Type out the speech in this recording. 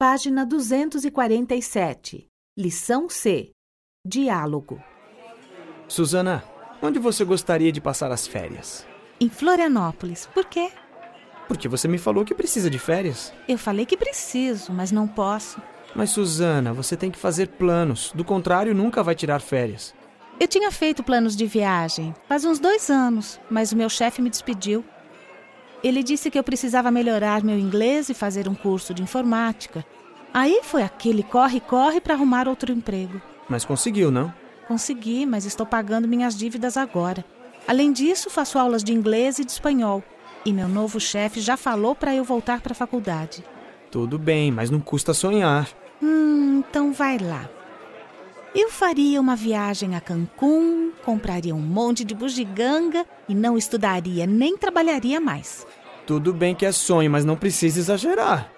Página 247. Lição C. Diálogo. Suzana, onde você gostaria de passar as férias? Em Florianópolis, por quê? Porque você me falou que precisa de férias. Eu falei que preciso, mas não posso. Mas, Suzana, você tem que fazer planos. Do contrário, nunca vai tirar férias. Eu tinha feito planos de viagem faz uns dois anos, mas o meu chefe me despediu. Ele disse que eu precisava melhorar meu inglês e fazer um curso de informática. Aí foi aquele corre-corre para arrumar outro emprego. Mas conseguiu, não? Consegui, mas estou pagando minhas dívidas agora. Além disso, faço aulas de inglês e de espanhol. E meu novo chefe já falou para eu voltar para a faculdade. Tudo bem, mas não custa sonhar. Hum, então vai lá. Eu faria uma viagem a Cancún, compraria um monte de bugiganga e não estudaria nem trabalharia mais. Tudo bem que é sonho, mas não precisa exagerar.